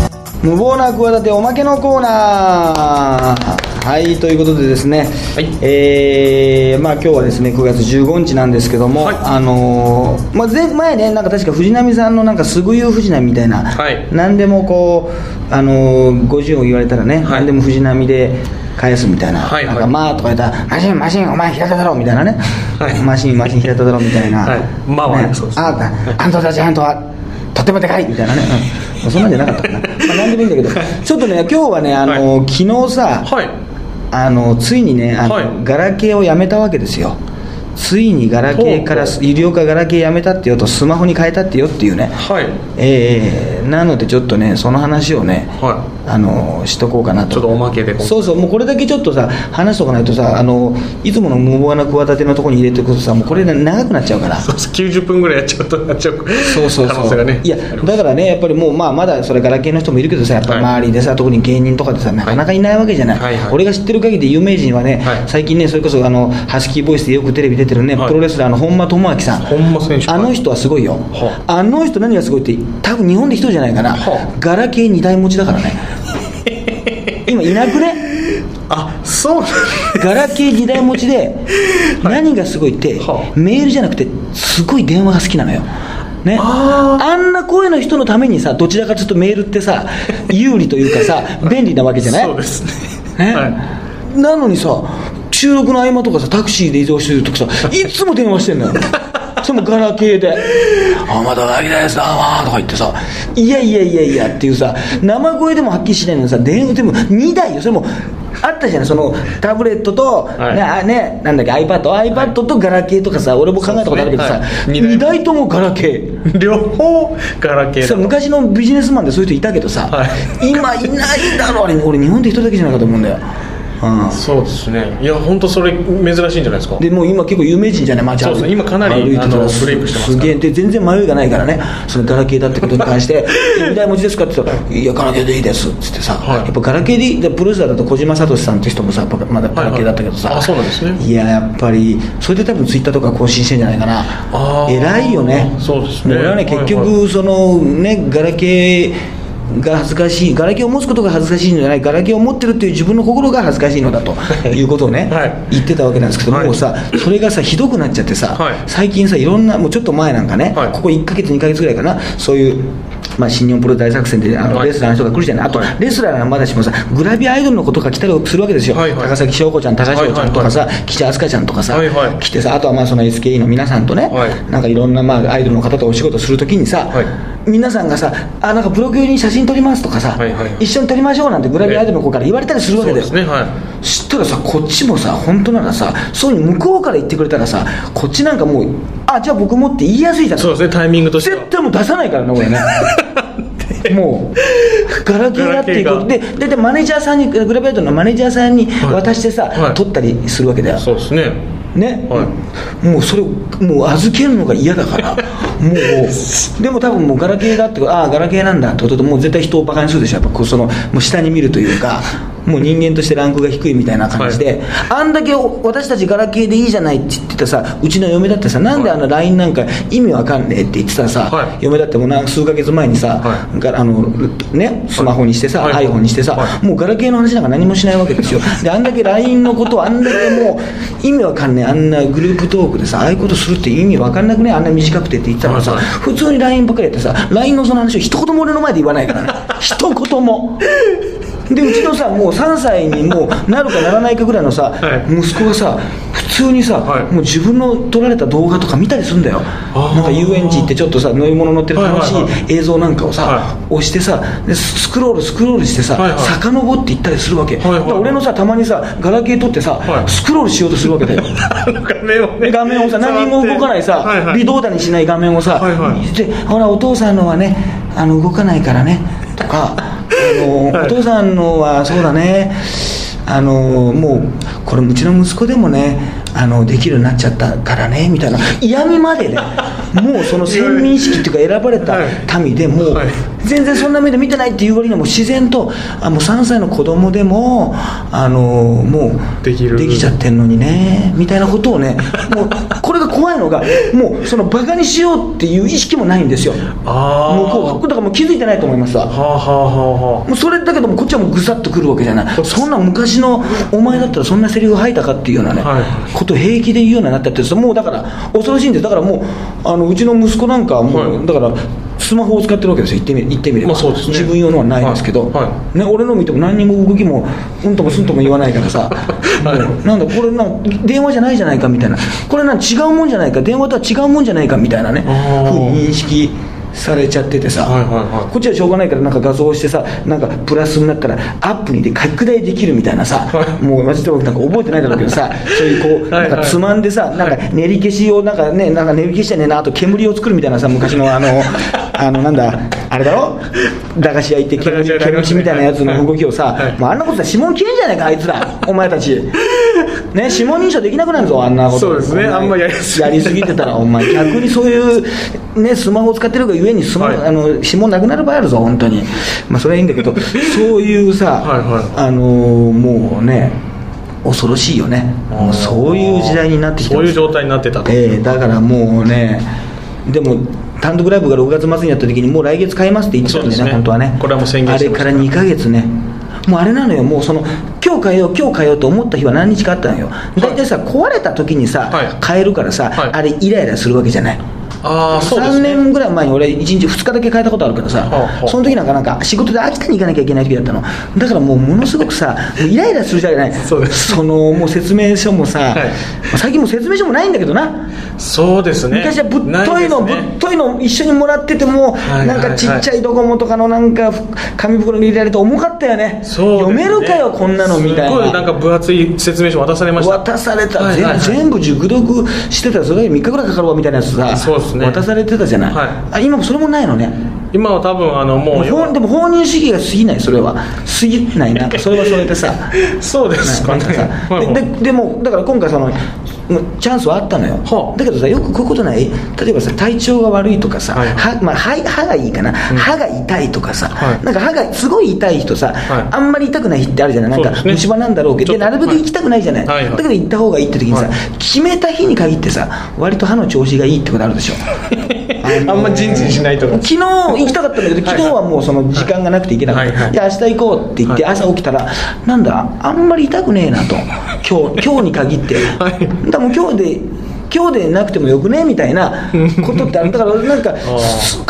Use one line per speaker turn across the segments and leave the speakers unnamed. ナー企ておまけのコーナーはいということでですね、
はい
えーまあ、今日はですね9月15日なんですけども、
はい
あのーまあ、前前ねなんか確か藤波さんのなんかすぐ言う藤波みたいな、
はい
何でもこう、あのー、50を言われたらね、
はい
何でも藤波で返すみたいな「
はい
なん
は
か
い
まあ」とか言ったら「マシンマシンお前平田だろ」みたいなね、
はい
マシンマシン平田だろ」みたいな、
はいまあまあそうですね
ああんたたちあんたはとてもでかいみたいなね、うん、そんなんじゃなかったかな、まあ、なんでもいいんだけどちょっとね今日はねあの、昨日さ、
はい
あのついにねあの、
はい
ガラケーをやめたわけですよついにガラケーから
ほうほ
医療科ガラケーやめたってよとスマホに変えたってよっていうね
はい
ええなのでちょっとねその話をね、
は
あのしとこうかなと
ちょっとおまけで
そうそうもうこれだけちょっとさ話しとかないとさあのいつもの無謀な企てのところに入れておくとさもうこれね長くなっちゃうから
そう そう90分ぐらいやっちゃうとなっちゃう
そうそうそう
可能性がね
いやだからねやっぱりもう、まあ、まだそれガラケーの人もいるけどさやっぱり
はい
周りでさ、特に芸人とかでさなかなかいないわけじゃない、
はいはい
俺が知ってる限りで有名人はね、
はい
最近ねそれこそあのハスキーボイスでよくテレビ出てるね、
はい
プロレスラーの本間朋晃さん
本間選手
あの人はすごいよ、
は
あの人何がすごいって多分日本で一人じゃないかな、
は
ガラケー2台持ちだからね 今いなくね
あそうなん
ガラケー2台持ちで何がすごいって、
はあ
メールじゃなくてすごい電話が好きなのよね、
あ
あんな声の人のためにさどちらかというとメールってさ有利というか さ便利なわけじゃない
そうですね
ね
は
なのにさ収録の合間とかさタクシーで移動してるときさいつも電話してん のよそれもガラケーで「あまたガキですどうも」とか言ってさ「いやいやいやいや」っていうさ生声でもはっきりしないのにさ電話でも2台よそれもあったじゃないそのタブレットと、
はい
ねあねなんだっけ iPadiPad とガラケーとかさ俺も考えたことあるけどさ、
そうですねはい
2台ともガラケー
い両方ガラケー
そ
だ
れ昔のビジネスマンでそういう人いたけどさ、
は
今いないだろうあれ俺日本で一人だけじゃないかと思うんだよ、う
そうですねいや本当それ珍しいんじゃないですか
ん、でもう今結構有名人じゃない街
そうですね今かなり
歩いてた
あ
ら
の
す
ブレイクしてます
す
から
げえで全然迷いがないからねそのガラケーだってことに関 して「え二台持ちですか?」って言ったら「いやガラケーでいいです」っつってさ、
はい
やっぱガラケーでいいでプロレスラーだと小島聡さんって人もさやっぱまだガラケーだったけどさ、
はいはいあそうなんですね
いややっぱりそれで多分ツイッターとか更新してんじゃないかな
あー
偉いよね
そうですね
俺はね
はいは
結
い
局、そのねガラケーが恥ずかしいガラケーを持つことが恥ずかしいのじゃないガラケーを持ってるっていう自分の心が恥ずかしいのだということをね、
はい
言ってたわけなんですけど、
はい
もうさそれがさひどくなっちゃってさ、
はい
最近さいろんなもうちょっと前なんかね、
はい
ここ1ヶ月2ヶ月ぐらいかなそういう、まあ、新日本プロ大作戦であの
はい
レスラーの人が来るじゃない、あと、
はい
レスラーはまだしもさグラビアアイドルのことが来たりするわけですよ、
はいはい
高崎翔子ちゃん高翔ちゃんとかさ、岸飛鳥ちゃんとかさ、
はいはい
来てさあとはまあその SKE の皆さんとね、
はい
なんかいろんなまあアイドルの方とお仕事するときにさ、
はい
皆さんがさあなんかブログに写真撮りますとかさ、
はいはい
一緒に撮りましょうなんてグラビアアイドルの子から言われたりするわ
そ
けだ
うで
よ
すねはい
知ったらさこっちもさ本当ならさそういう向こうから言ってくれたらさこっちなんかもうあじゃあ僕もって言いやすいじゃん
そうですねタイミングとしては
絶対もう出さないからね俺 ねもうガラケーだっていうことで大体マネージャーさんにグラビアアイドルのマネージャーさんに
はい
渡してさ、
はい
撮ったりするわけだよ
そうですね
ね、
は
もうそれをもう預けるのが嫌だから もうでも多分もうガラケーだってああガラケーなんだってことでもう絶対人をバカにするでしょやっぱこうそのもう下に見るというかもう人間としてランクが低いみたいな感じで、あんだけ私たちガラケーでいいじゃないって言ってたさうちの嫁だってさなんであの LINE なんか意味わかんねえって言ってたさ、
はい
嫁だってもうなん数ヶ月前にさ、
は
があのねスマホにしてさ、
はい
iPhone にしてさ、
はい
もうガラケーの話なんか何もしないわけ ですよ、であんだけ LINE のことをあんだけもう、意味わかんねえ、あんなグループトークでさ、ああいうことするって意味わかんなくねあんな短くてって言ってたのにさ、
はいはい
普通に LINE ばっかりやってさ、LINE のその話を一言も俺の前で言わないからね、 一言も。でうちのさもう3歳にもうなるかならないかぐらいのさ、
はい
息子がさ普通にさ、
はい
もう自分の撮られた動画とか見たりするんだよ
あー
なんか遊園地行ってちょっとさ乗り物乗ってる楽し
はいはいはい
映像なんかをさ、
は
押してさでスクロールスクロールしてさ、
はいはい
遡っていったりするわけ、
はいはい
だから俺のさたまにさガラケー取ってさ、
はい
スクロールしようとするわけだよ
あの画面をね
画面をさ何も動かないさ、
はいはい
微動だにしない画面をさ、
はいはい
でほらお父さんのはねあの動かないからねとかあの、
は
お
い
父さんのはそうだねあのもうこれうちの息子でもねあのできるようになっちゃったからねみた いな嫌味までねもうその先民意識っていうか選ばれた民でもう、
はい
全然そんな目で見てないっていう割にはもう自然とあもう3歳の子供でもあのもう
できる
できちゃってんのにねみたいなことを ねもうこれが怖いのがもうそのバカにしようっていう意識もないんですよ
あー
もうこうだからもう気づいてないと思いますわ
はあはあはあは
もうそれだけどもこっちはもうぐさっとくるわけじゃない
そうです
そんな昔のお前だったらそんなセリフ吐いたかっていうようなね、
はい
ことを平気で言うようになったってもうだから恐ろしいんですだからもうあのうちの息子なんかはもう、
はい
だからスマホを使ってるわけですよ言ってみ言ってみれば、
まあそうですね
自分用のはないんですけど、
はいは
ね、俺の見ても何にも動きもうんともすんとも言わないから さ、もうなんだこれなんか電話じゃないじゃないかみたいなこれなんか違うもんじゃないか電話とは違うもんじゃないかみたいなね
あー
ふうに認識されちゃっててさ、
あはいはいは
こっちはしょうがないからなんか画像をしてさなんかプラスになったらアップにで拡大できるみたいなさもうマジで僕なんか覚えてないだろうけどさそういうこう
はいは
ないんかつまんでさなんか練り消しをなんかねなんか練り消しじゃねえなあと煙を作るみたいなさ昔のあのあのなんだあれだろ駄菓子屋行って
駄菓子屋
煙
でありま
煙
す
み
ね
たいなやつの動きをさ、
はいはい
もうあんなことさ指紋消えんじゃないかあいつらお前たち。ね、指紋認証できなくなるぞあんなこと
そうですねあんまやりすぎて
やりすぎてたらお前逆にそういう、ね、スマホを使ってるがゆえにスマ、
はい
あの指紋なくなる場合あるぞ本当にまあそれはいいんだけど そういうさ、
はいはい
あのーもうね恐ろしいよね
あ
もうそういう時代になってきて
そう
ま
いう
す
状態になってたと、
ええだからもうねでも単独ライブが6月末にやった時にもう来月買いますって言ってたんでね
そうですね
本当はね
これはもう宣言
あ
して
れ
まし
か
た
ら2ヶ月ねもうあれなのよもうその今日変えよう今日変えようと思った日は何日かあったのよ大体さ、壊れた時にさ、
はい
変えるからさ、
はい
あれイライラするわけじゃない
ああそうで
3
すね
年ぐらい前に俺1日2日だけ変えたことあるけどさ、
あはあ
その時なんかなんか仕事で秋田に行かなきゃいけない時だったのだからもうものすごくさもうイライラするじゃない
そうです
そのもう説明書もさ、
はい
最近もう説明書もないんだけどな
そうですね
昔はぶっといの
ないですね
ぶっといの一緒にもらってても、
はい
なん
はいは
か
い
ちっちゃいドコモとかのなんかふ紙袋に入れられて重かったよね
そう
読
ですね
めるかよこんなのみたい
すごいなん
な
か分厚い説明書渡されました
渡された、
はいはいはい
全全部熟読してたらそれが3日ぐらいかかるわみたいなやつさ
そうですね
渡されてたじゃない、
はい
あ今もそれもないのね
今は多分あのもう
もう法でも放任主義が過ぎないそれは過ぎないなんかそれはそれでさ
そうですか
なん
ね
かさ
はい
でででもだから今回そのうんチャンスはあったのよ、
はあ
だけどさよくこういうことない例えばさ体調が悪いとかさ、
はい
はまあ、歯歯がいいかな、歯が痛いとかさ、
はい
なんか歯がすごい痛い人さ、
はい
あんまり痛くない日ってあるじゃないなん
そうで
か
すね
虫歯なんだろうけど
ちょ
で
っと
なるべく行きたくないじゃない、
はいは
だ
い
けど行った方がいいって時にさ、
はい
決めた日に限ってさ割と歯の調子がいいってことあるでしょ
あんまじんじんしないと思いま
昨日行きたかったんだけど昨日はもうその時間がなくて行けなかった、
はいはい
で明日行こうって言って
は
朝起きたら、なんだあんまり痛くねえなと今日今日に限って、
はい
だからもう今日で今日でなくてもよくねみたいなことってあるだからなんか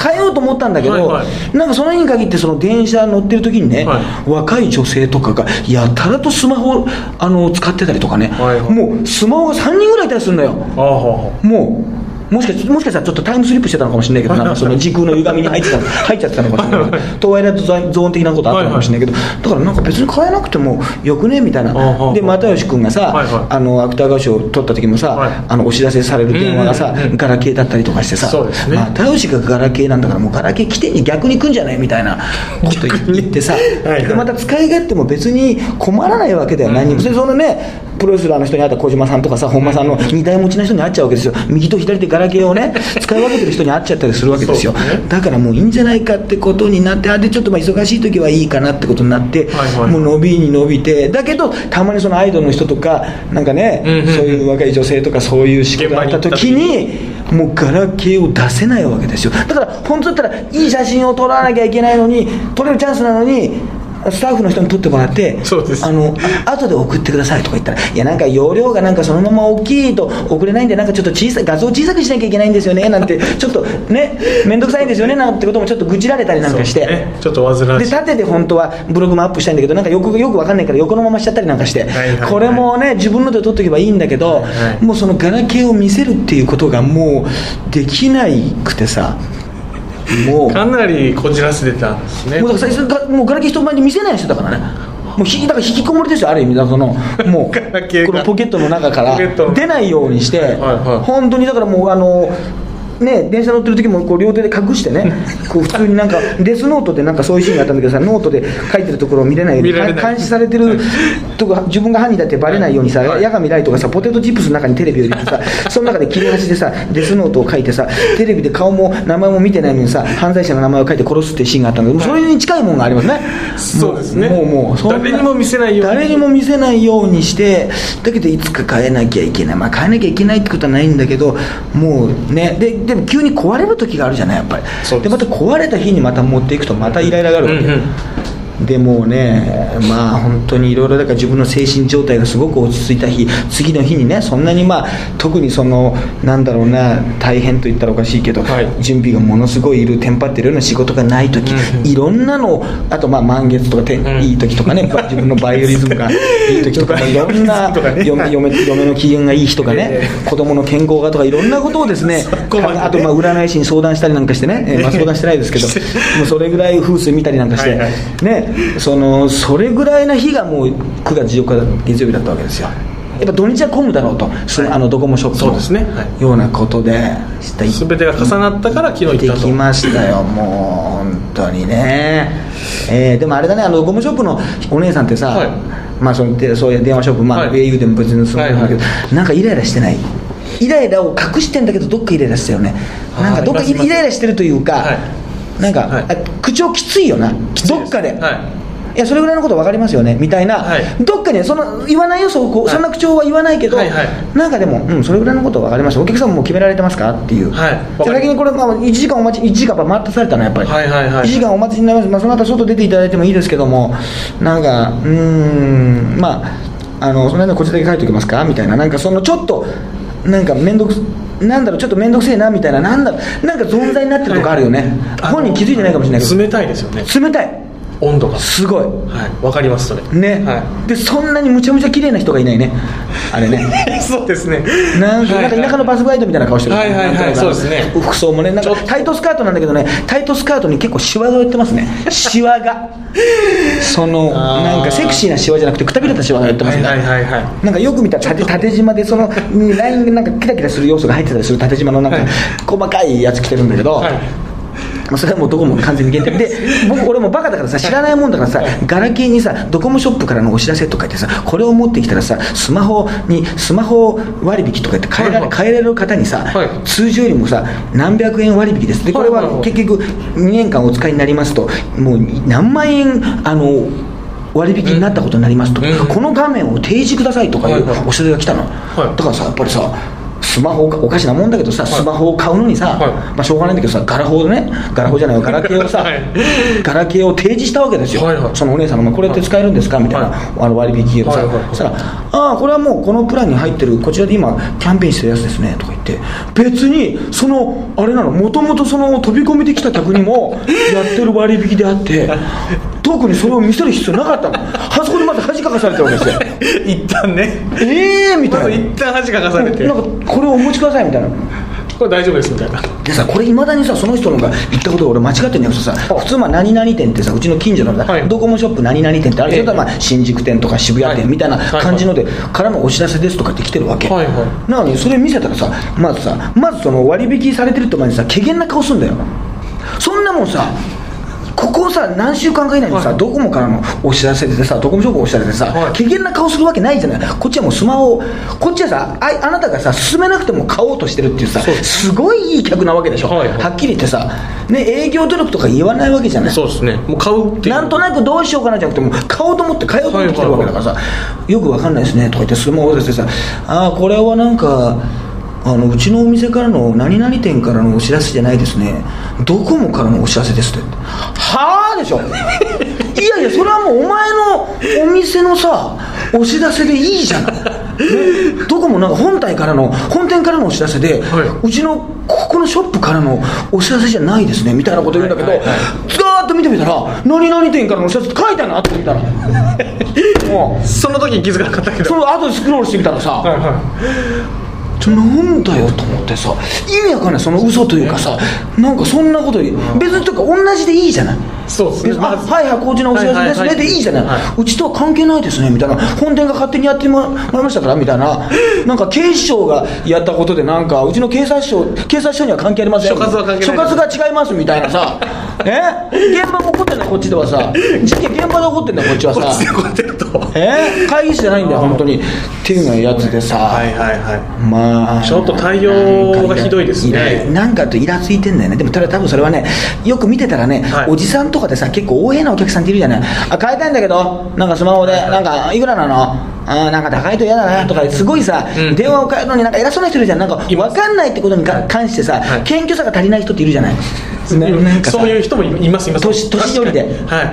変えようと思ったんだけど、
はいは
なんかその日に限ってその電車乗ってる時にね、
はい
若い女性とかがやたらとスマホあの使ってたりとかね、
はいはい
もうスマホが3人ぐらいいたりするのよ
ああは
もうもしかしもしかしたらちょっとタイムスリップしてたのかもしれないけどなんか その時空の歪みに入ってたの入っちゃってたのかもしれないトワイライトゾーン的なことあったのかもしれないけど、だからなんか別に変えなくてもよくねみたいな
あはあ
で又吉君がさ、
はいはい
あの芥川賞を取った時もさ、
はい
あのお知らせされる電話がさ、
うんうんうんうん
ガラケーだったりとかしてさ
そうですね
又吉がガラケーなんだからもうガラケー来てに逆に来んじゃないみたいなこと言ってさ
はいはい
でまた使い勝手も別に困らないわけでは何にも、でそのねプロレスラーの人に会った小島さんとかさ本間さんの二台持ちの人に会っちゃうわけですよ右と左でガラケーを ね使い分けてる人に会っちゃったりするわけですよ
そうですね
だからもういいんじゃないかってことになってあでちょっとまあ忙しい時はいいかなってことになって、
はいはい
もう伸びに伸びてだけどたまにそのアイドルの人とかなんかね、
うんうんうん
そういう若い女性とかそういう仕事があった時にもうガラケーを出せないわけですよだから本当だったらいい写真を撮らなきゃいけないのに撮れるチャンスなのにスタッフの人に撮ってもらって
そうです
あのあ後で送ってくださいとか言ったらいやなんか容量がなんかそのまま大きいと送れないんでなんかちょっと小さい画像を小さくしなきゃいけないんですよねなんてちょっとね面倒くさいんですよねなんてこともちょっと愚痴られたりなんかして、
そうですねちょっと煩わし
で
い
縦で本当はブログもアップしたいんだけどなんかよくよくわかんないから横のまましちゃったりなんかして、
はいはい
これもね自分ので撮っとけばいいんだけど、
いはい
もうそのガラケーを見せるっていうことがもうできないくてさもう
かなりこじらせてたんですね
もうだから最初がもうガラケー人前に見せない人だからねもうひだから引きこもりですよある意味だか らそのもう
ガラケーが
このポケットの中か
ポケット
ら
の
出ないようにして、
はいはい
本当にだからもうあのね、電車乗ってる時もこう両手で隠して ね、こう普通になんか、デスノートでなんかそういうシーンがあったんだけどさ、ノートで書いてるところを見れないように、
見られない
か監視されてるとか、自分が犯人だってバレないようにさ、
はい
矢神ライトがさ、ポテトチップスの中にテレビを入れてさ、その中で切れ端でさ、デスノートを書いてさ、テレビで顔も名前も見てないのにさ、犯罪者の名前を書いて殺すっていうシーンがあったんだけど、それに近いもんがありますね。
そうですね
もうもうそんな
誰にも見せないように
誰にも見せないようにしてだけどいつか変えなきゃいけないまあ変えなきゃいけないってことはないんだけどもうねででも急に壊れる時があるじゃないやっぱり
そう
で
です
また壊れた日にまた持っていくとまたイライラがあるわけ、
うんうん
でもうねまあ本当にいろいろだから自分の精神状態がすごく落ち着いた日次の日にねそんなにまあ特にそのなんだろうな大変と言ったらおかしいけど、
はい
準備がものすごいいるテンパってるような仕事がない時、
うんうん
いろんなのあとまあ満月とかて、
ん
いい時と かねば自分のバイオリズムがいい時とか、まあいろんな
バイオリズムとかね
嫁嫁嫁の機嫌がいい日とかね、
え
子供の健康がとかいろんなことをですね
こまでね
あとまあ占い師に相談したりなんかしてね、えーまあ、相談してない ですけどもうそれぐらい風水見たりなんかして、
はいはい
ねそのそれぐらいな日がもう9月14日月曜日だったわけですよやっぱ土日は混むだろうと、そのあのどこもショップの
そうですねは
ようなことでした
全てが重なったから昨日行
で
ったと
きましたよもう本当にね、えーでもあれだねあのゴムショップのお姉さんってさ、
はい
まあそのでそういう電話ショップ、まあ
はい
au でも別にその
はいはい
だけど、なんかイライラしてないイライラを隠してんだけどどっかイライラしてたよね
あー
なんかどっか
あり
イ
ます
ライラしてるというか、
はい
なんか、
はい
あ口調きついよな
つい
ど
で
っ
す
かで、
はい
いやそれぐらいのこと分かりますよねみたいな、
はい
どっかねその言わないよそうこう
はい
そんな口調は言わないけど、
はいはい
なんかでも、うん、それぐらいのこと分かりましたお客さんもう決められてますかっていう、
はい
じゃあ先にこれ、まあ、1時間お待ち1時間やっぱ待たされたのやっぱり、
はいはいは
1
い
時間お待ちになります、まあ、その後外出ていただいてもいいですけどもなんかうーんまああのその辺のこっちだけ書いておきますかみたいななんかそのちょっとなんか面倒くなんだろうちょっと面倒くせえなみたいななんだなんか存在になってるとこあるよね、
あの
本人気づいてないかもしれないけど
冷たいですよね
冷たい
温度が
すごい
はいわかりますそれ
ね、
は
でそんなにむちゃむちゃ綺麗な人がいないねあれね
い そうですね
なんか
はい
な
は
ん
い
か田舎のバスガイドみたいな顔してる、
はいはいは
な
い
んとなく
そうですね
服装もねなん
ち
か
ょっと
タイトスカートなんだけどねタイトスカートに結構シワが寄ってますねシワがその
あー
なんかセクシーなシワじゃなくてくたびれたシワが寄ってますね、
はいはいはいは
なんかよく見たら縦縦縞でそのうんラインがなんかキラキラする要素が入ってたりする縦縞のなんか
はい
細かいやつ着てるんだけど、
はい
まあそれはもうどこも完全に限定で僕俺もバカだからさ知らないもんだからさガラケーにさドコモショップからのお知らせとか言ってさこれを持ってきたらさスマホにスマホ割引とか言って変えられ,、
はいはい
変えられる方にさ、
はい
通常よりもさ何百円割引ですでこれ
はいはい
は
はい
結局2年間お使いになりますともう何万円あの割引になったことになりますと、
うんうん
この画面を提示くださいとかいう
はいはい
お知らせが来たの、
はい
だからさやっぱりさスマホおかしなもんだけどさ、
い
スマホを買うのにさ、
はい
まあ、しょうがないんだけどさガラホーねガラホーじゃないよガラケーをさ、
はい
ガラケーを提示したわけですよ、
はいはい
そのお姉さんが、まあ、これって使えるんですかみたいな、
はい
あの割引をさ、
はいはいはい
そしたら「ああこれはもうこのプランに入ってるこちらで今キャンペーンしてるやつですね」とか言って別にそのあれなのもともとその飛び込みで来た客にもやってる割引であって特にそれを見せる必要なかったのあそこでまた恥かかされたわけですよ
い一旦ね
ええみ
ま
た
ず
いな
一旦恥かかされて
なんかこれをお持ちくださいみたいな
これ大丈夫ですみたいな
でさこれいまだにさその人のが言ったことが俺間違ってんだけどさ普通まあ何々店ってさうちの近所のさ、
はい
ドコモショップ何々店ってあれ
え
そ
え
れとはまあ新宿店とか渋谷
は
店
い
みたいな感じので、からのお知らせですとかって来てるわけ、
はいは
なのにそれ見せたらさまずさまずその割引されてるって前にさ怪げな顔すんだよそんなもんさここさ何週間か以内にさ、
はい
ドコモからのお知らせでさドコモ情報お知らせでさ、
はい
怪げな顔するわけないじゃないこっちはもうスマホをこっちはさああなたがさ進めなくても買おうとしてるっていうさ
そうです
すごいいい客なわけでしょ、
はいはい
っきり言ってさ、ね、営業努力とか言わないわけじゃない
いそうですねもう買うっていう
なんとなくどうしようかなじゃなくてもう買おうと思って買おうと思ってきてるわけだからさ、よくわかんないですねとか言ってスマホでさ「ああこれはなんかあのうちのお店からの何々店からのお知らせじゃないですねドコモからのお知らせです」って「はあ?」 でしょいやいやそれはもうお前のお店のさお知らせでいいじゃない、ね、ドコモなんか本体からの本店からのお知らせで、
はいう
ちのここのショップからのお知らせじゃないですねみたいなこと言うんだけど、
はいはいはい
ずーっと見てみたら「何々店からのお知らせ」って書いてあるのあとで見た らもう
その時気づかなかったけど
それ後でスクロールしてみたらさ、
はいは
ちょなんだよと思ってさ意味わかんないその嘘というかさなんかそんなことより別にというか同じでいいじゃない
いそうですね
であ
まず
はいはい、こちらお知らせですね、
はいはいはい
でいいじゃない、
はいう
ちとは関係ないですねみたいな、本店が勝手にやってままいりましたからみたいな、なんか警視庁がやったことで、なんか、うちの警察署警察署には関係ありません、
所轄は関係ない
所轄が違いますみたいなさ、え現場も起こってんだ、こっちではさ、事件、現場で起こってんだ、こっちは
こっ
さ
ち、でこうやってるとは
え会議室じゃないんだよ、本当に。っていうようなやつでさ。
いはいは
まあ、
ちょっと対応がひどいですね
なんかイラなんかとイラついてんだよね、でもただ、多分それはね、よく見てたらね、
はい
おじさんとかでさ、結構、大変なお客さんっているじゃない、あ買いたいんだけど、なんかスマホで、なんか、いくらなのあーなんか高いと嫌だなとか、すごいさ、
うん
電話を変えるのに、なんか偉そうな人いるじゃん、なんか分かんないってことにか関してさ、
はい
謙虚さが足りない人っているじゃない、ないなんかさ
そういう人もいますいます
年年寄りで
確かにはい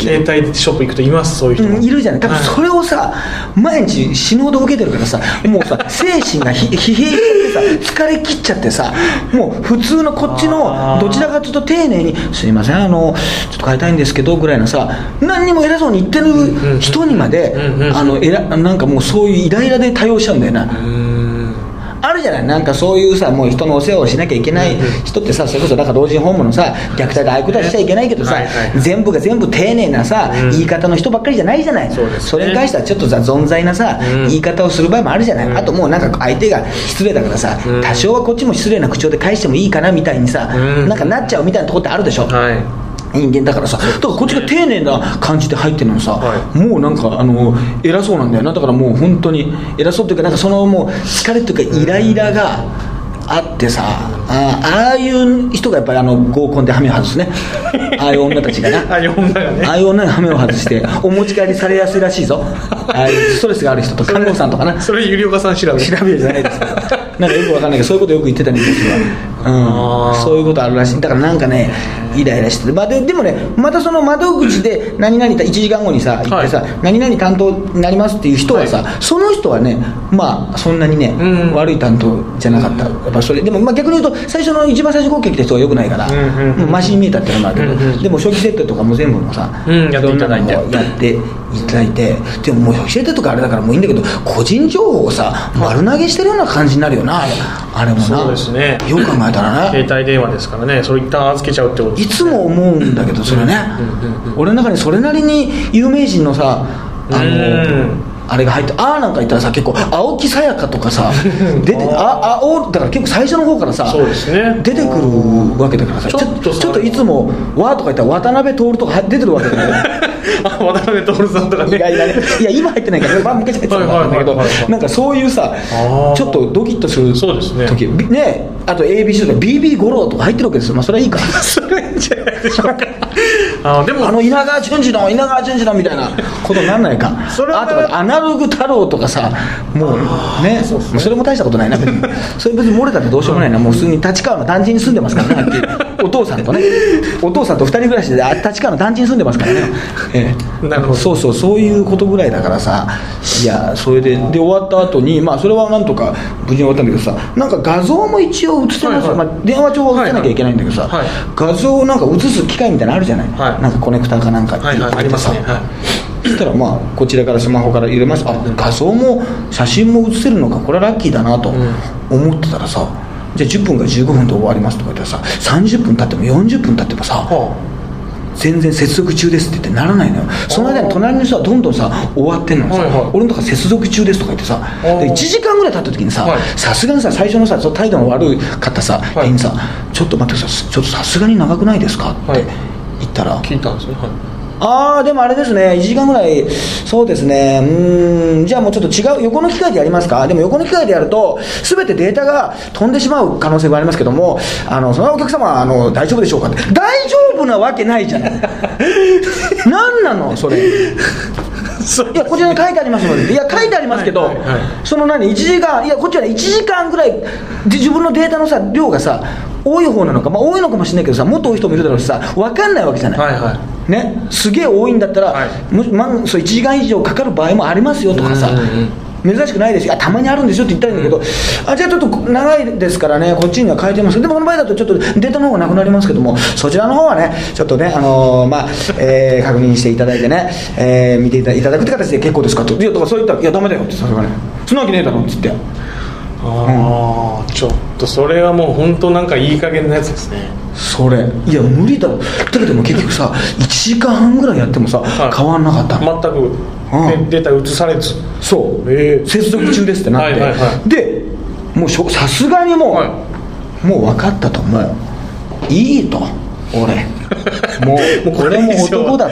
携帯ショップ行くといますそういう人
う
も
んいるじゃない多分
はい
それをさ、毎日死ぬほど受けてるからさもうさ精神がひ疲弊しちゃってさ疲れ切っちゃってさもう普通のこっちの
あー
どちらかというと丁寧に「すいませんあのちょっと変えたいんですけど」ぐらいのさ何にも偉そうに言ってる人にまで
うんうんうん
あのえらなんかもうそういうイライラで対応しちゃうんだよな、
うーん
あるじゃないなんかそういうさもう人のお世話をしなきゃいけない人ってさそれこそなんか老人ホームのさ虐待でああいうことはしちゃいけないけどさ、
はいはいはい
全部が全部丁寧なさ、
うん
言い方の人ばっかりじゃないじゃない
そうですね
れに関してはちょっとさ存在なさ、
うん
言い方をする場合もあるじゃない、あともうなんか相手が失礼だからさ、
うん
多少はこっちも失礼な口調で返してもいいかなみたいにさ、
うん
なんかなっちゃうみたいなとこってあるでしょ、
は
人間だからさだからこっちが丁寧な感じで入ってるのにさ、
は
もうなんかあの偉そうなんだよなだからもう本当に偉そうというかなんかそのもう疲れというかイライラがあってさあああいう人がやっぱりあの合コンで羽目を外すね ああいう女たちがな
いあい女がね
ああいう女が羽目を外してお持ち帰りされやすいらしいぞああいうストレスがある人と看護婦さんとかな
それゆりおかさん調べ
調べるじゃないですかなんかよくわかんないけどそういうことよく言ってたね私は、
あ
うん、
ー
そういうことあるらしいだからなんかねイライラしてて、まあ、ででもねまたその窓口で何々た1時間後にさ行ってさ、
はい
何々担当になりますっていう人はさ、その人はねまあそんなにね、
うん
悪い担当じゃなかったやっぱそれでもまあ逆に言うと最初の一番最初合計来た人はよくないから、
うんうんうん
まあマシに見えたっていうのもあるけど、
うんうん
でも初期設定とかも全部もさ、
うんやっていただいて
どんなのもやっていただいてでももう教えてとかあれだからもういいんだけど個人情報をさ丸投げしてるような感じになるよなあれあれもな
そうですね
よく考えたらね
携帯電話ですからねそれ一旦預けちゃうってことで
い
す
つも思うんだけどそれね
うんうんうん
俺の中にそれなりに有名人のさあ
うん
のあれが入ってああなんか言ったらさ結構青木さやかとか さ出てああおだから結構最初の方からさ
そうですね
出てくるわけだからさ
ちょっとさ
ちょっといつも「わ」とか言ったら渡辺徹とか出てるわけだから
あ渡辺徹さんとかね
意外だねいや今入ってないからまあ昔入ってたんだけど
はいはいはいはい
なんかそういうさ
あー
ちょっとドキッとする時
そうですね
びねあと ABC とか BB 五郎とか入ってるわけですよまあそれはいいか
それいいんじゃないでしょうかあでも
あの稲川淳二の稲川淳二のみたいなことになんないか
それは
あとかアナログ太郎とかさもうねそれも大したことないな別にそれ別に漏れたってどうしようもないな、もう普通に立川の団地に住んでますからねは っきりお父さんとねお父さんと二人暮らしであ立川の団地に住んでますからね、ええ
なるほど
そうそうそういうことぐらいだからさいやそれでで終わった後にまあそれはなんとか無事に終わったんだけどさなんか画像も一応映せます、
はい
ま
はい
あ、電話帳は映せなきゃいけないんだけどさ、
はいはい
画像をなんか映す機械みたいなのあるじゃない、
はい
なんかコネクタかなんか
はいはいありますねはい
そしたらまあこちらからスマホから入れますあ画像も写真も写せるのかこれはラッキーだなと
うん
思ってたらさ、じゃあ10分から15分で終わりますとか言ったらさ30分経っても40分経ってもさ、
は
全然接続中ですって言ってならないのよその間に隣の人はどんどんさ終わってんのにさ、
はいはい
俺のとか接続中ですとか言ってさ
ー
で1時間ぐらい経った時にさ
はい
さすがにさ最初のさその態度の悪かったさ、
い
店員さんちょっと待ってくださいちょっとさすがに長くないですか?」っ
はい
て言ったら、
あ聞いたんですねはい
ああでもあれですね1時間ぐらいそうですねうーんじゃあもうちょっと違う横の機械でやりますかでも横の機械でやると全てデータが飛んでしまう可能性がありますけどもあのそのお客様あの大丈夫でしょうかって大丈夫なわけないじゃない 何なのそれ
そう
いやこちらに書いてありますのでいや書いてありますけど、
はいはいはい
その何1時間いやこっちはね1時間ぐらいで自分のデータのさ量がさ多い方なのか、まあ、多いのかもしれないけどさもっと多い人もいるだろうしさ分かんないわけじゃない、
はいはい
ね、すげえ多いんだったら、
はい
むまあ、そう1時間以上かかる場合もありますよとかさ
うんうん
珍しくないですよあたまにあるんですよって言ったらいいんだけど、あじゃあちょっと長いですからねこっちには変えてますでもこの場合だとちょっとデータの方がなくなりますけどもそちらの方はねちょっとね、あのーまあえー確認していただいてね、えー見ていたいただくって形で結構ですかといやとかそう言ったら「いやダメだよ」ってさすがに「そんなわけねえだろ」って言って
ああ、ちょっとそれはもう本当なんかいい加減なやつですね
それいや無理だろだけども結局さ1時間半ぐらいやってもさ
い
変わんなかったの、
全く、
うん
でデータ移されず
そう、
ええ
接続中ですってなって、
はいはいは
でもうしょさすがにもう、
は
もう分かったともういいと 俺もう
もうこ
俺
れ以上は
も男だ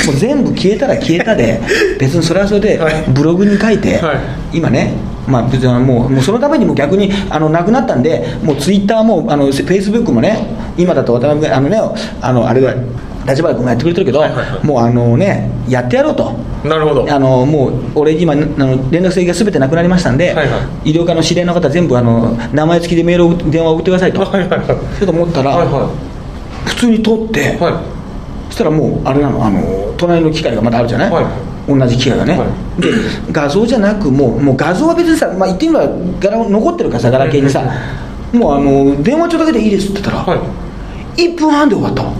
ともう全部消えたら消えたで別にそれはそれで
はい
ブログに書いて、
はい
今ねまあ、別にもうもうそのためにも逆にあのなくなったんで、もうツイッターもあのフェイスブックもね、今だと渡辺あのねあのあれだ、立花君がやってくれてるけど、
はいはいはい
もうあの、ね、やってやろうと、
なるほど
あのもう俺今あの連絡先がすべてなくなりましたんで、
はいは
医療科の知り合いの方全部あの名前付きでメールを電話を送ってくださいと、
はいはいはい
ちょっと思ったら、
はいは
普通に取って、
いはい
そしたらもうあれなのあの隣の機械がまだあるじゃない、
はい
同じ機械がね、
は
で画像じゃなくもうもう画像は別にさ、まあ、言ってみれば柄を残ってるからさガラケーにさ、もうあの電話帳だけでいいですって言ったら、
は
1分半で終わったの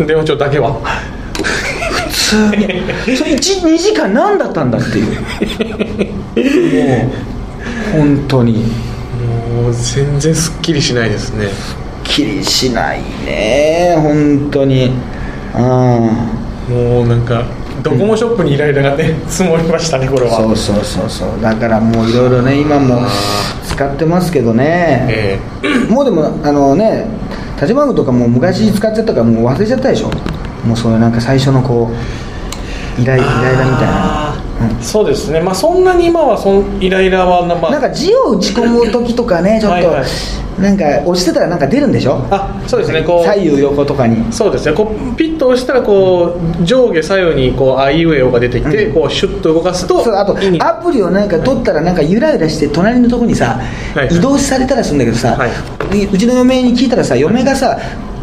い電話帳だけは
普通 にそれ12時間何だったんだっていうもう本当に
もう全然すっきりしないですね
きりしないね本当にうん
もうなんかドコモショップにイライラがね 積もりましたねこれは
そうそうそうそうだからもういろいろね今も使ってますけどね、
え
もうでもあのね立花君とかもう昔使っちゃったからもう忘れちゃったでしょもうそういうなんか最初のこうイライイライラみたいな
えそうですねまあそんなに今はそんイライラはなまあ
なんか字を打ち込む時とかねちょっと
はいはい
なんか押してたらなんか出るんでしょ
あそうですねこう
左右横とかに
そうですねこうピッと押したらこう上下左右にこうあいうえおが出てきて、
うん
こうシュッと動かすと
そうあと
意味
アプリをなんか取ったらなんかゆらゆらして隣のとこにさ、
はい
移動されたらするんだけどさ、
はいう
ちの嫁に聞いたらさ嫁がさ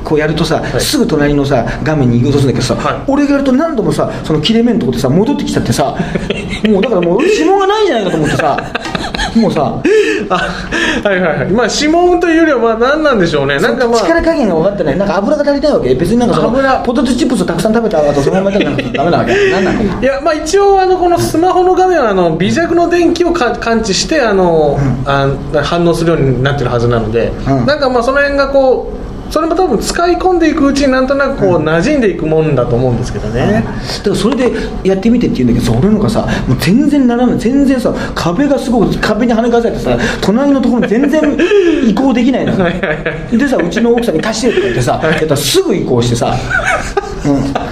こうやるとさ、
い
すぐ隣のさ画面に移動するんだけどさ、
はい
俺がやると何度もさその切れ目のとこでさ戻ってきちゃってさもうだからもう俺指紋がないんじゃないかと思ってさもう さ
あはいはいはいまあ指紋というよりはまあ何なんでしょうねなんかまあ
力加減が分かってないなんか油が足りないわけ別になんかそ
油
のポテトチップスをたくさん食べた後そのまま食べたらダメなわ け何なの
いやまあ一応あのこのスマホの画面はあの微弱の電気をか感知してあの、あ反応するようになってるはずなので、
うん
なんかまあその辺がこうそれも多分使い込んでいくうちになんとなくこう、馴染んでいくもんだと思うんですけどね、
だからそれでやってみてって言うんだけどさ俺のがさもう全然斜め全然さ壁がすごく壁に跳ね返されてさ隣のところに全然移行できないのでさうちの奥さんに貸してとか言ってさやったらすぐ移行してさ、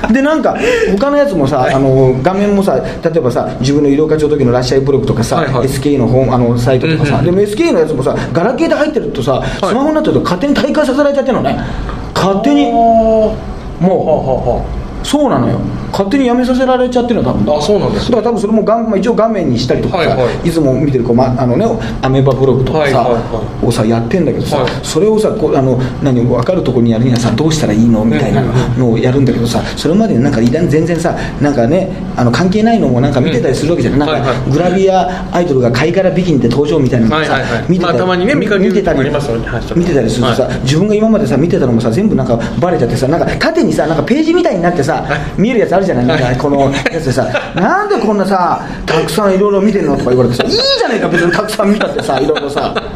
うん、でなんか他のやつもさあの画面もさ例えばさ自分の医療課長の時のラッシャイブログとかさ、
はいはい
SKE のホームあのサイトとかさ、
うんうん
でも SKE のやつもさガラケーで入ってるとさスマホになってると勝手に退会させられちゃってるのね勝手に
お
もう
ーはあは
そうなのよ勝手にやめさせられちゃってるの多分
あそうなんです
だから多分それも画まあ、一応画面にしたりとかさ、
はい
い
はい
つも見てるこう、ま、あのねアメーバブログとかさ、
はいはいは
をさやってんだけどさ、
はい
それをさこうあの何分かるところにやるにはさどうしたらいいのみたいなのをやるんだけどさそれまでになんかいらん全然さなんかねあの関係ないのもなんか見てたりするわけじゃない、なん
うん
か、
はいはい
グラビアアイドルが貝殻ビキニで登場みたいなのがさ、
はいはいはい
見て
まあたまにね見かける
見てたり
ありますよねはい
見てたりするとさ、
は
自分が今までさ見てたのもさ全部なんかバレちゃってさなんか縦にさなんかページみたいになってさ見えるやつあるじゃないなんかこのやつでさ「なんでこんなさたくさんいろいろ見てんの?」とか言われてさ「いいじゃないか別にたくさん見たってさいろいろさ
あ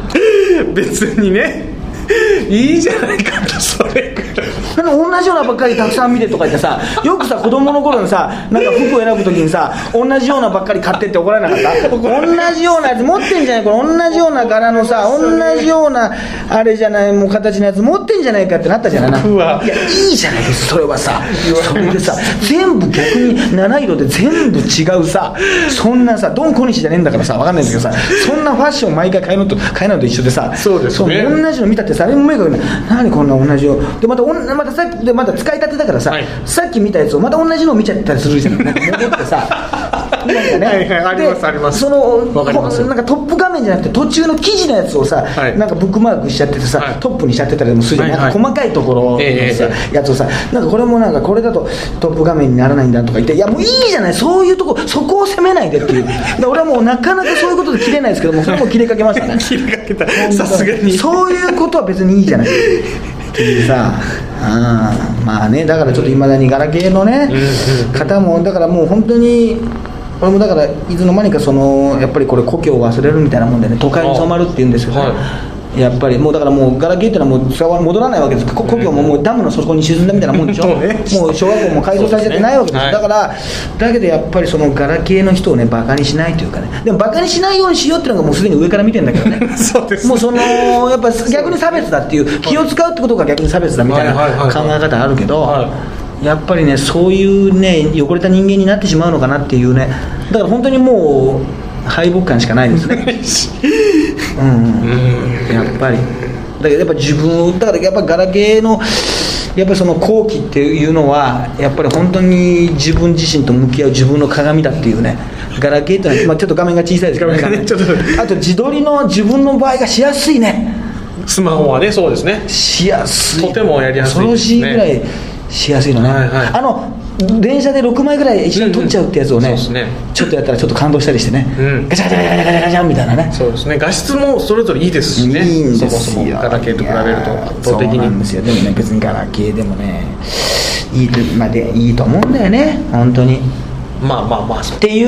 別にね いいじゃないかとそれくらい
なんか同じようなばっかりたくさん見て」とか言ってさよくさ子供の頃にさなんか服を選ぶ時にさ同じようなばっかり買ってって怒られなかった同じようなやつ持ってんじゃないこれ同じような柄のさ同じようなあれじゃないもう形のやつ持ってんじゃないかってなったじゃないなんか
うわ
いやいいじゃないですそれはさそれでさ全部逆に七色で全部違うさそんなさドン小西じゃねえんだからさわかんないんだけどさそんなファッション毎回変えのと変えないのと一緒でさ
そうですね
同じの見たってさあれも目がない何こんな同じよでまたおんまたさっきでまた使いたてだからさ、
はい
さっき見たやつをまた同じの見ちゃったりするじゃ んなんか戻ってさなんかね
はいはいあります
で
あります
その
わかります
こうなんかトップ画面じゃなくて途中の記事のやつをさ、
はい
なんかブックマークしちゃっててさ、
はい
トップにしちゃってたりもするじゃん,、
はいはい
なんか細かいところのさ、
えええ
やつをさなんかこれもなんかこれだとトップ画面にならないんだとか言っていやもういいじゃないそういうとこそこを責めないでっていうで俺はもうなかなかそういうことで切れないですけどもそれも切れかけましたね
切りかけたさすがに
そういうことは別にいいじゃないっていうさあーまあねだからちょっといまだにガラケーのね
うん
方もだからもう本当に俺もだからいつの間にかそのやっぱりこれ故郷を忘れるみたいなもんでね都会に染まるっていうんですけど、ね
は
やっぱりもうだからもうガラケーってのはもう伝わ戻らないわけですこ故郷ももうダムの底に沈んだみたいなもんでし ょ
もうね
もう小学校も改造されちゃってないわけです
そうですねはい
だからだけどやっぱりそのガラケーの人をねバカにしないというかねでもバカにしないようにしようっていうのがもうすでに上から見てんだけどね
そうですね
もうそのやっぱ逆に差別だっていう気を使うってことが逆に差別だみたいな
はいはいはいはい
考え方あるけど、
は
やっぱりねそういうね汚れた人間になってしまうのかなっていうねだから本当にもう敗北感しかないです ねうん、うんやっぱりだけどやっぱ自分をだからやっぱガラケーのやっぱりその後期っていうのはやっぱり本当に自分自身と向き合う自分の鏡だっていうねガラケーっていうのは、まあ、ちょっと画面が小さいですけど、
画 面がねちょっと
あと自撮りの自分の場合がしやすいね
スマホはねそうですね
しやすい
とてもやりやすいです
恐
ね
ろしいぐらいしやすいのね、
はいはい
あの電車で6枚ぐらい一緒に撮っちゃうってやつをね,、
うんうんそうですね
ちょっとやったらちょっと感動したりしてね、
うん
ガチャガチャガチャガチャガチャみたいなね
そうですね画質もそれぞれいいですしね
いいんですよ
そもそもガラケーと比べると圧
いやーそ
倒的
うなんで
に
すよでもね別にガラケーでもねいいと,、まあ、でいいと思うんだよね本当に
まあまあまあそう
ってい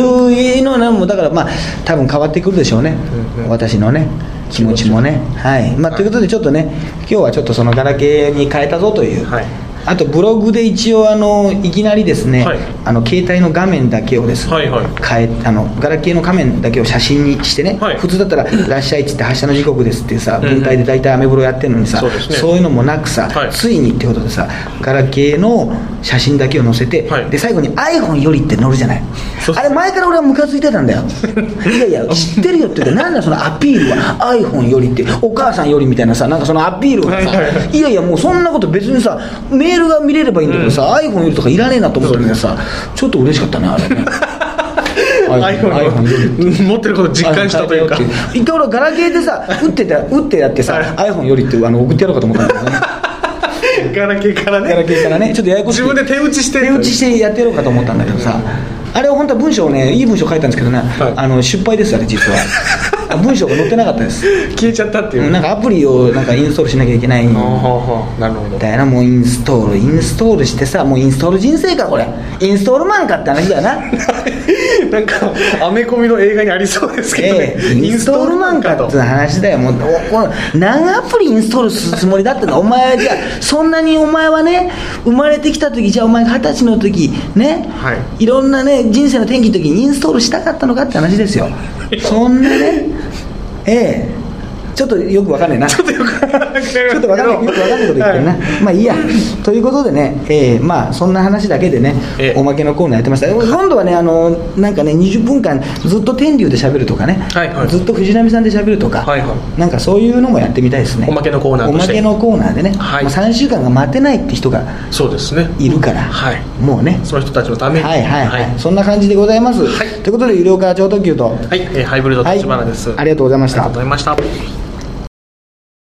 うのはもうだからまあ多分変わってくるでしょうね、
うんうん
私のね気持ちもねはい、まあ、ということでちょっとね今日はちょっとそのガラケーに変えたぞという、
はい
あとブログで一応あのいきなりですね、
はい
あの携帯の画面だけをですね、
はいはい
変えあのガラケーの画面だけを写真にしてね、
はい
普通だったら「いらっしゃい」っつって「発車の時刻です」っていうさ
うんうん
文体で大体アメブロやってるのにさ、
そうですね
そういうのもなくさ、
はい
ついにってことでさガラケーの写真だけを載せて、
はい
で最後に iPhone よりって載るじゃない
そう
あれ前から俺はムカついてたんだ よいやいや知ってるよって言ってなんだそのアピールは iPhone よりってお母さんよりみたいなさなんかそのアピールがさ、、
はいはいはい
やいやもうそんなこと別にさメールが見れればいいんだけどさ、iPhone よりとかいらねえなと思ったけどさちょっと嬉しかったねあ れねよりって
iPhone を持ってることを実感したというか
iPhone 一回俺ガラケーでさ打ってた打ってやってさ iPhone よりってあの送ってやろうかと思ったんだけ どね
ガラケーからね
ガラケーからねちょっとややこしい
自分で手打ちして
手打ちしてやってやろうかと思ったんだけどさあれは本当は文章をねいい文章書いたんですけどね、
い
あの失敗ですあれ実は あ文章が載ってなかったです
消えちゃったっていう、
なんかアプリをなんかインストールしなきゃいけないみ
あーはーはーなるほど
たいなもうインストールインストールしてさもうインストール人生かこれインストールマンかって話だよ な
なんかアメコミの映画にありそうですけどね、
ええインストールマンか
インストールマンか
って話だよもうおこの何アプリインストールするつもりだったのお前じゃあそんなにお前はね生まれてきた時じゃあお前が二十歳の時ね、
はい
いろんなね人生の転機の時にインストールしたかったのかって話です よそんなねええちょっとよくわかんねえなちょっとよくわかんない ちょっとわかんないよくわかんないこと言ってるな、
は
まあいいやということでね、ええまあそんな話だけでね、
ええ
おまけのコーナーやってました今度はねあのなんかね20分間ずっと天竜で喋るとかね、
はいはい
ずっと藤波さんで喋るとか、
はいは
なんかそういうのもやってみたいですね
おまけのコーナー
お
と
ま
して
けのコーナーでね、
はい
もう3週間が待てないって人が
いそうですね
いるから、
はい
もうね
その人たちのために
はいはいはい、
はい
そんな感じでございます、
はい
ということで有料化超特急と
はいえーハイブリッド
はい
立花です、
ありがとうございました
ありがとうございました